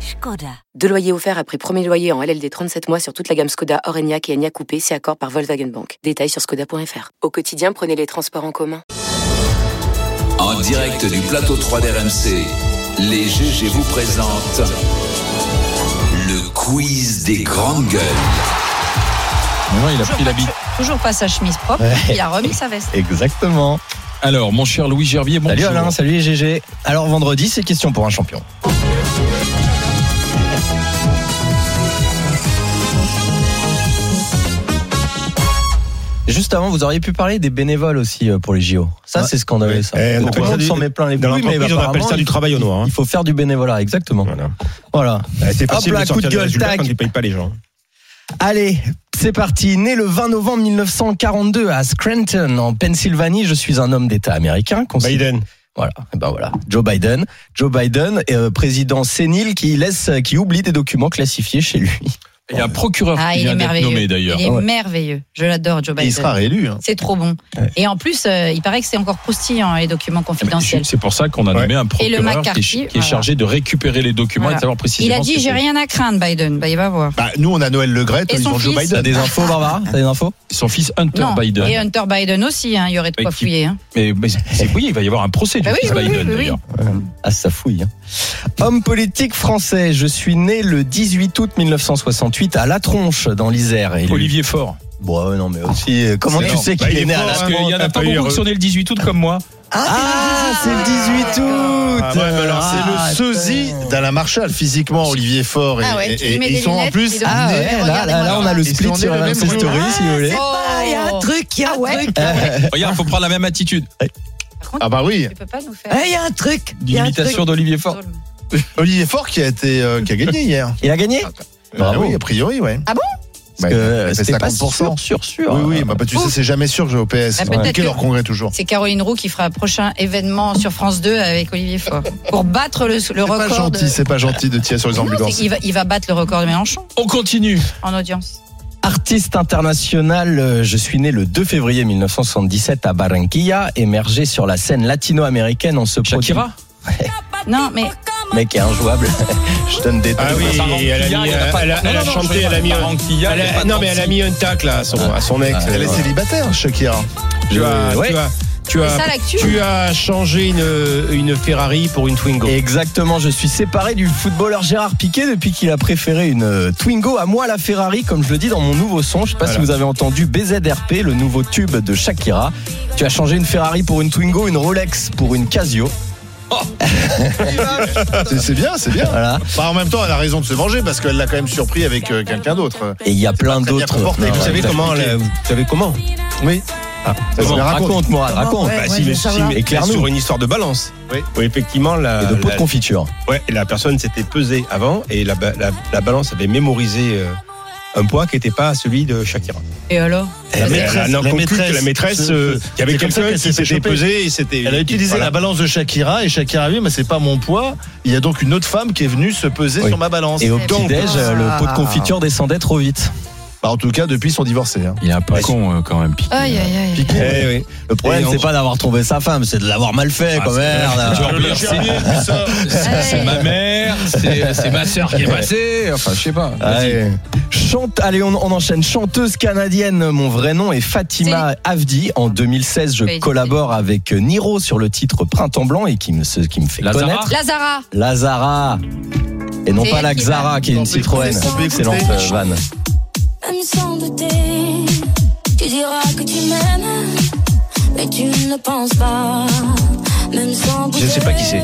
Skoda. Deux loyers offerts après premier loyer en LLD 37 mois sur toute la gamme Skoda, Orenia et Enya Coupé, c'est accord par Volkswagen Bank. Détails sur skoda.fr. Au quotidien, prenez les transports en commun. En direct du plateau 3 d'RMC, les GG vous présentent le quiz des grandes gueules. Mais ouais, il a pris la bite. Toujours pas sa chemise propre, Ouais. il a remis sa veste. Exactement. Alors, mon cher Louis Gerbier, bonjour. Salut Alain, salut les GG. Alors vendredi, c'est question pour un champion. Juste avant, vous auriez pu parler des bénévoles aussi euh, pour les JO. Ça, Ouais. c'est scandaleux, ça. Eh, on Tout appelle le ça monde du- s'en met plein les Dans couilles, mais l'entreprise, on apparemment, appelle ça du il- travail au noir. hein. Il faut faire du bénévolat, exactement. Voilà. Voilà. Bah, Eh, C'est facile Hop là, de sortir coup de des gueule, résultats tac. quand tu payes pas les gens. Allez, c'est parti. Né le 20 novembre 1942 à Scranton, en Pennsylvanie, je suis un homme d'État américain. considéré- Biden. Voilà, eh ben voilà, Joe Biden, Joe Biden, euh, président sénile qui laisse, euh, qui oublie des documents classifiés chez lui. Il y a un procureur Ah, qui il est vient d'être merveilleux. nommé d'ailleurs. Il est Ouais. merveilleux. Je l'adore, Joe Et il Biden. sera réélu. hein. C'est trop bon. Ouais. Et en plus, euh, il paraît que c'est encore croustillant, hein, les documents confidentiels. Ah, C'est pour ça qu'on a Ouais. nommé un procureur qui, est- McCarthy, qui est voilà. chargé de récupérer les documents et Voilà. de savoir précisément. Il ce a dit que J'ai c'est. rien à craindre, Biden. Bah, il va voir. Bah, nous, on a Noël Le Gret, Et eux, ils son ont Joe fils Biden. T'as des infos, Barbara T'as des infos Ah. Son fils Hunter Non. Biden. Et euh, Hunter Biden aussi, hein, il y aurait de Mais quoi qui- fouiller. hein. Mais, mais c'est- oui, il va y avoir un procès du Bah oui, fils oui, oui, Biden oui, oui. d'ailleurs. Ah, ça fouille. hein. Homme politique français, je suis né le 18 août 1968 à La Tronche, dans l'Isère. Et lui- Olivier Faure. Bon, ouais, non, mais aussi, euh, comment C'est tu énorme. sais Bah, qu'il il est est né à fort, La Parce Ah, Tronche qu'il y en a t'as pas pas eu beaucoup le- qui sont nés le 18 août comme moi. Ah, c'est le 18 août Ah, ouais, mais alors, C'est Ah, le sosie d'Alain Marshall, physiquement, Olivier Faure. Et, Ah ouais, tu lui et- mets et des ils sont en lunettes, plus. ils doivent- Ah, nés- ouais, là, là, là, on a le Ils sont split nés sur le la même jour. Story, si vous voulez. Ah, Oh. truc, Ah, il y a un truc. Regarde, faut prendre la même attitude. Par contre, Ah bah oui, tu peux pas nous faire. Eh, Il y a un truc. y a un L'imitation d'Olivier Faure. drôle. Olivier Faure qui a été euh, qui a gagné hier. Il a gagné Bravo. Bah oui, a priori, ouais. Ah bon Bah, Parce que, euh, il a fait c'était pas 50%. sûr, sûr, sûr. hein. Oui, oui, bah, bah, tu sais, c'est jamais sûr que je vais au PS. Bah, C'est peut-être compliqué que- leur congrès toujours. C'est Caroline Roux qui fera un prochain événement sur France 2 avec Olivier Faure. Pour battre le, le C'est pas record. de- gentil, c'est pas gentil de tirer sur les Non, c'est ambulances. qu'il va- il va battre le record de Mélenchon On continue. en audience. Artiste international, euh, je suis né le 2 février 1977 à Barranquilla, émergé sur la scène latino-américaine en se produisant. Shakira. Non, mais Mec est injouable. je donne des Ah oui, elle a mis- il y en elle a- pas- non, elle a non, non, chanté, je elle a vais mis pas un- Barranquilla, Elle je vais a- pas Non, mais elle a Nancy. mis un tac là à son, à son ex. Elle est célibataire, Shakira. Tu Euh, as, Euh, Ouais. tu as, tu C'est as, ça, l'actu tu as changé une, une Ferrari pour une Twingo. Exactement, je suis séparé du footballeur Gérard Piquet depuis qu'il a préféré une euh, Twingo à moi la Ferrari, comme je le dis dans mon nouveau son. Je sais pas si Voilà. vous avez entendu BZRP, le nouveau tube de Shakira. Tu as changé une Ferrari pour une Twingo, une Rolex pour une Casio. Ah, C'est c'est bien, c'est bien. Voilà. Bah, en même temps, elle a raison de se venger parce qu'elle l'a quand même surpris avec euh, quelqu'un d'autre. Et il y a plein très bien d'autres. comporté, Non, Vous ouais, savez exact- comment elle a- Vous savez comment Ah. Oui. Comment Ça, raconte. raconte, moi, raconte. Ouais, Bah, ouais, si, je mais- veux si, savoir. mais Éclaire-nous. Sur une histoire de balance. Oui. effectivement, la, Et de pot de la- confiture. Ouais, et la personne s'était pesée avant et la, ba- la- la balance avait mémorisé euh, un poids qui n'était pas celui de Shakira. et alors La maîtresse, elle a la conclu que maîtresse, la maîtresse, ce- euh, ce- il y avait c'est comme ça quelqu'un qu'elle qui s'est s'était chopée. pesé et c'était. Elle a utilisé voilà. la balance de Shakira et Shakira a dit mais c'est pas mon poids. Il y a donc une autre femme qui est venue se peser Oui. sur ma balance. Et au C'est petit-déj, bon. euh, Ah. le pot de confiture descendait trop vite. Bah, en tout cas, depuis ils sont divorcés. hein. Il est un peu con euh, quand même. Piqué. Aïe, aïe, aïe. Piqué, ouais. Ah, Eh oui. Le problème, Et c'est on- pas d'avoir trouvé sa femme, c'est de l'avoir mal fait, Ah, quand c'est- même. Tu vas oublier, c'est- Allez. C'est ma mère, c'est c'est ma soeur qui est passée. Enfin, je sais pas. Ouais. Chante, allez, on, on enchaîne. Chanteuse canadienne, mon vrai nom est Fatima Avdi. En 2016, je Vas-y. collabore avec Niro sur le titre Printemps Blanc et qui me, ce qui me fait Lazara. connaître. Lazara Lazara. Et non C'est pas elle la qui Xara, va. qui est une On peut Citroën. écouter, on peut Excellente écouter. euh, vanne. Même sans douter, tu diras que tu m'aimes, mais tu ne penses pas. Même sans Je sais pas qui c'est.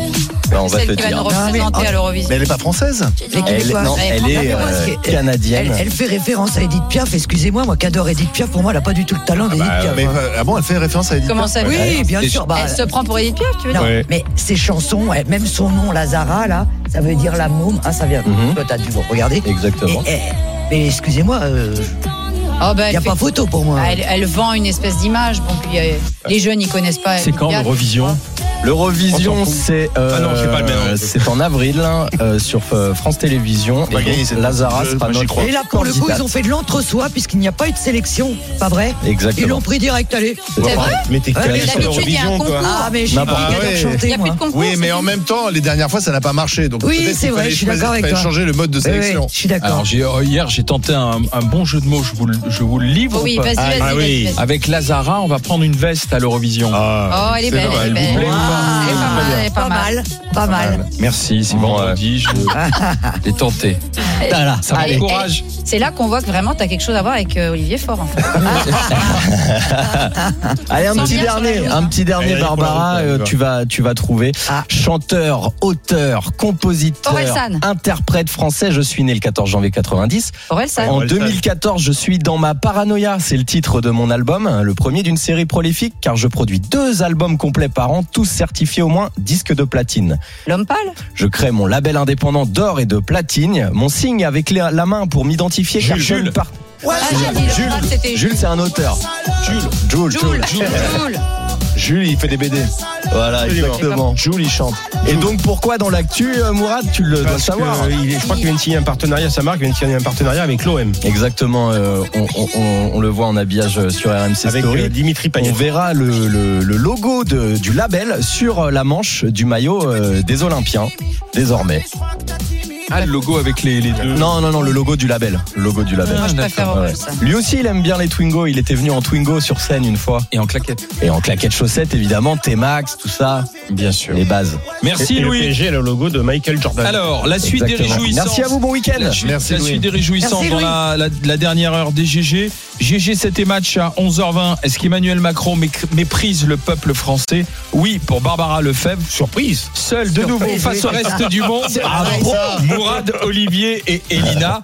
Bah, on va te Celle qui va nous dire. représenter à l'Eurovision. Mais elle est pas française. Mais qui- Elle, Québécoise. non, Elle est elle est franco-québécoise euh, qui est- Elle, canadienne. elle fait référence à Edith Piaf, excusez-moi, moi qui adore Edith Piaf, pour moi elle n'a pas du tout le talent d'Edith Bah, Piaf. Mais, euh, ah bon, elle fait référence à Edith. Comment Piaf ça oui, bien sûr. bah, Elle se prend pour Edith Piaf, tu veux non, dire mais ses chansons, elle- même son nom, Lazara, là, ça veut dire la môme. Ah, ça vient. Mhm. Toi, t'as dû regarder. eh, Exactement. Et- et- mais excusez-moi, euh, Oh, bah, Il elle n'y a fait- pas photo pour moi. bah, elle, elle vend une espèce d'image. Bon, puis euh, les jeunes, ils connaissent pas. C'est quand Olivia, l'Eurovision L'Eurovision, On s'en fout. c'est euh, Ah non, je sais pas le même. c'est en avril hein, euh, sur euh, France Télévisions. va Et gagner donc, cette- Lazara je- sera moi, j'y notre crois. Et là, pour le coup, ils ont fait de l'entre-soi puisqu'il n'y a pas eu de sélection. Pas vrai Ils Exactement. l'ont pris direct, allez. C'est vrai Mais t'es Ouais, calé mais sur d'habitude, il y a un l'Eurovision, concours. quoi. Ah, mais je suis Bah, qui adore ouais. chanter, Il n'y a moi. plus de concours. Oui, mais c'est en tout. même temps, les dernières fois, ça n'a pas marché. Donc Oui, peut-être c'est qu'il vrai, fallait je suis d'accord choisir- avec fallait toi. changer le mode de Ouais, ouais, sélection. je suis d'accord. Alors, j'ai- euh, hier, j'ai tenté un, un bon jeu de mots. Je vous, le- je vous le livre. Oh oui, ou pas vas-y, vas-y, ah vas-y. oui. vas-y. Avec Lazara, on va prendre une veste à l'Eurovision. Ah. Oh, elle est c'est belle, elle est normal. belle. Vous plaît ou Ah, pas Elle est pas mal, elle est Pas mal, pas mal. Merci, c'est Bon, vendredi. Je l'ai tenté. Voilà. Ça Allez. m'encourage. C'est là qu'on voit que vraiment, tu as quelque chose à voir avec euh, Olivier Faure. En fait. Allez, un Sans petit bien sur la dernier, liste, un hein. petit dernier, Allez, Barbara, allez, euh, va. tu vas, tu vas trouver. Ah. Chanteur, auteur, compositeur, Orelsan. interprète français. Je suis né le 14 janvier 90. Orelsan. En Orelsan. 2014, je suis dans ma paranoïa. C'est le titre de mon album, le premier d'une série prolifique, car je produis deux albums complets par an, tous certifiés au moins disque de platine. L'homme pâle. Je crée mon label indépendant d'or et de platine. Mon signe avec la la main pour m'identifier. car Jules, je ne Jules. par- Ouais, Ah, Jules. j'ai dit l'homme pâle, c'était Jules, c'est un auteur. Jules. Jules. Jules. Jules, il fait des BD. Voilà, exactement. Jules, il chante. Et donc, pourquoi dans l'actu, euh, Mourad Tu le dois Parce que, savoir. euh, il est- je crois qu'il vient de signer un partenariat, sa marque vient de signer un partenariat avec l'OM, Exactement, euh, on, on- on- on le voit en habillage euh, sur RMC avec Story. euh, Dimitri on Payet. verra le, le- le logo de- du label sur euh, la manche du maillot euh, des Olympiens, désormais. Ah, le logo avec les, les deux. Non, non, non, le logo du label. Le logo du label. Moi, Ah, je préfère Ouais. Orelsan. Lui aussi, il aime bien les Twingo. Il était venu en Twingo sur scène une fois. Et en claquette. Et en claquettes chaussettes, évidemment, T-Max, tout ça, Bien sûr. les bases. Merci, Et- et Louis. Le PSG a le logo de Michael Jordan. Alors, la suite des Exactement. réjouissances. Merci à vous, bon week-end. La suite, Merci, la Louis. suite des réjouissances Merci, dans la, la- la dernière heure des GG. GG, c'était match à 11h20. Est-ce qu'Emmanuel Macron mé- méprise le peuple français Oui, pour Barbara Lefebvre. Surprise. Seul de nouveau face au reste du monde. Ah, bon Mourad, Olivier et Elina.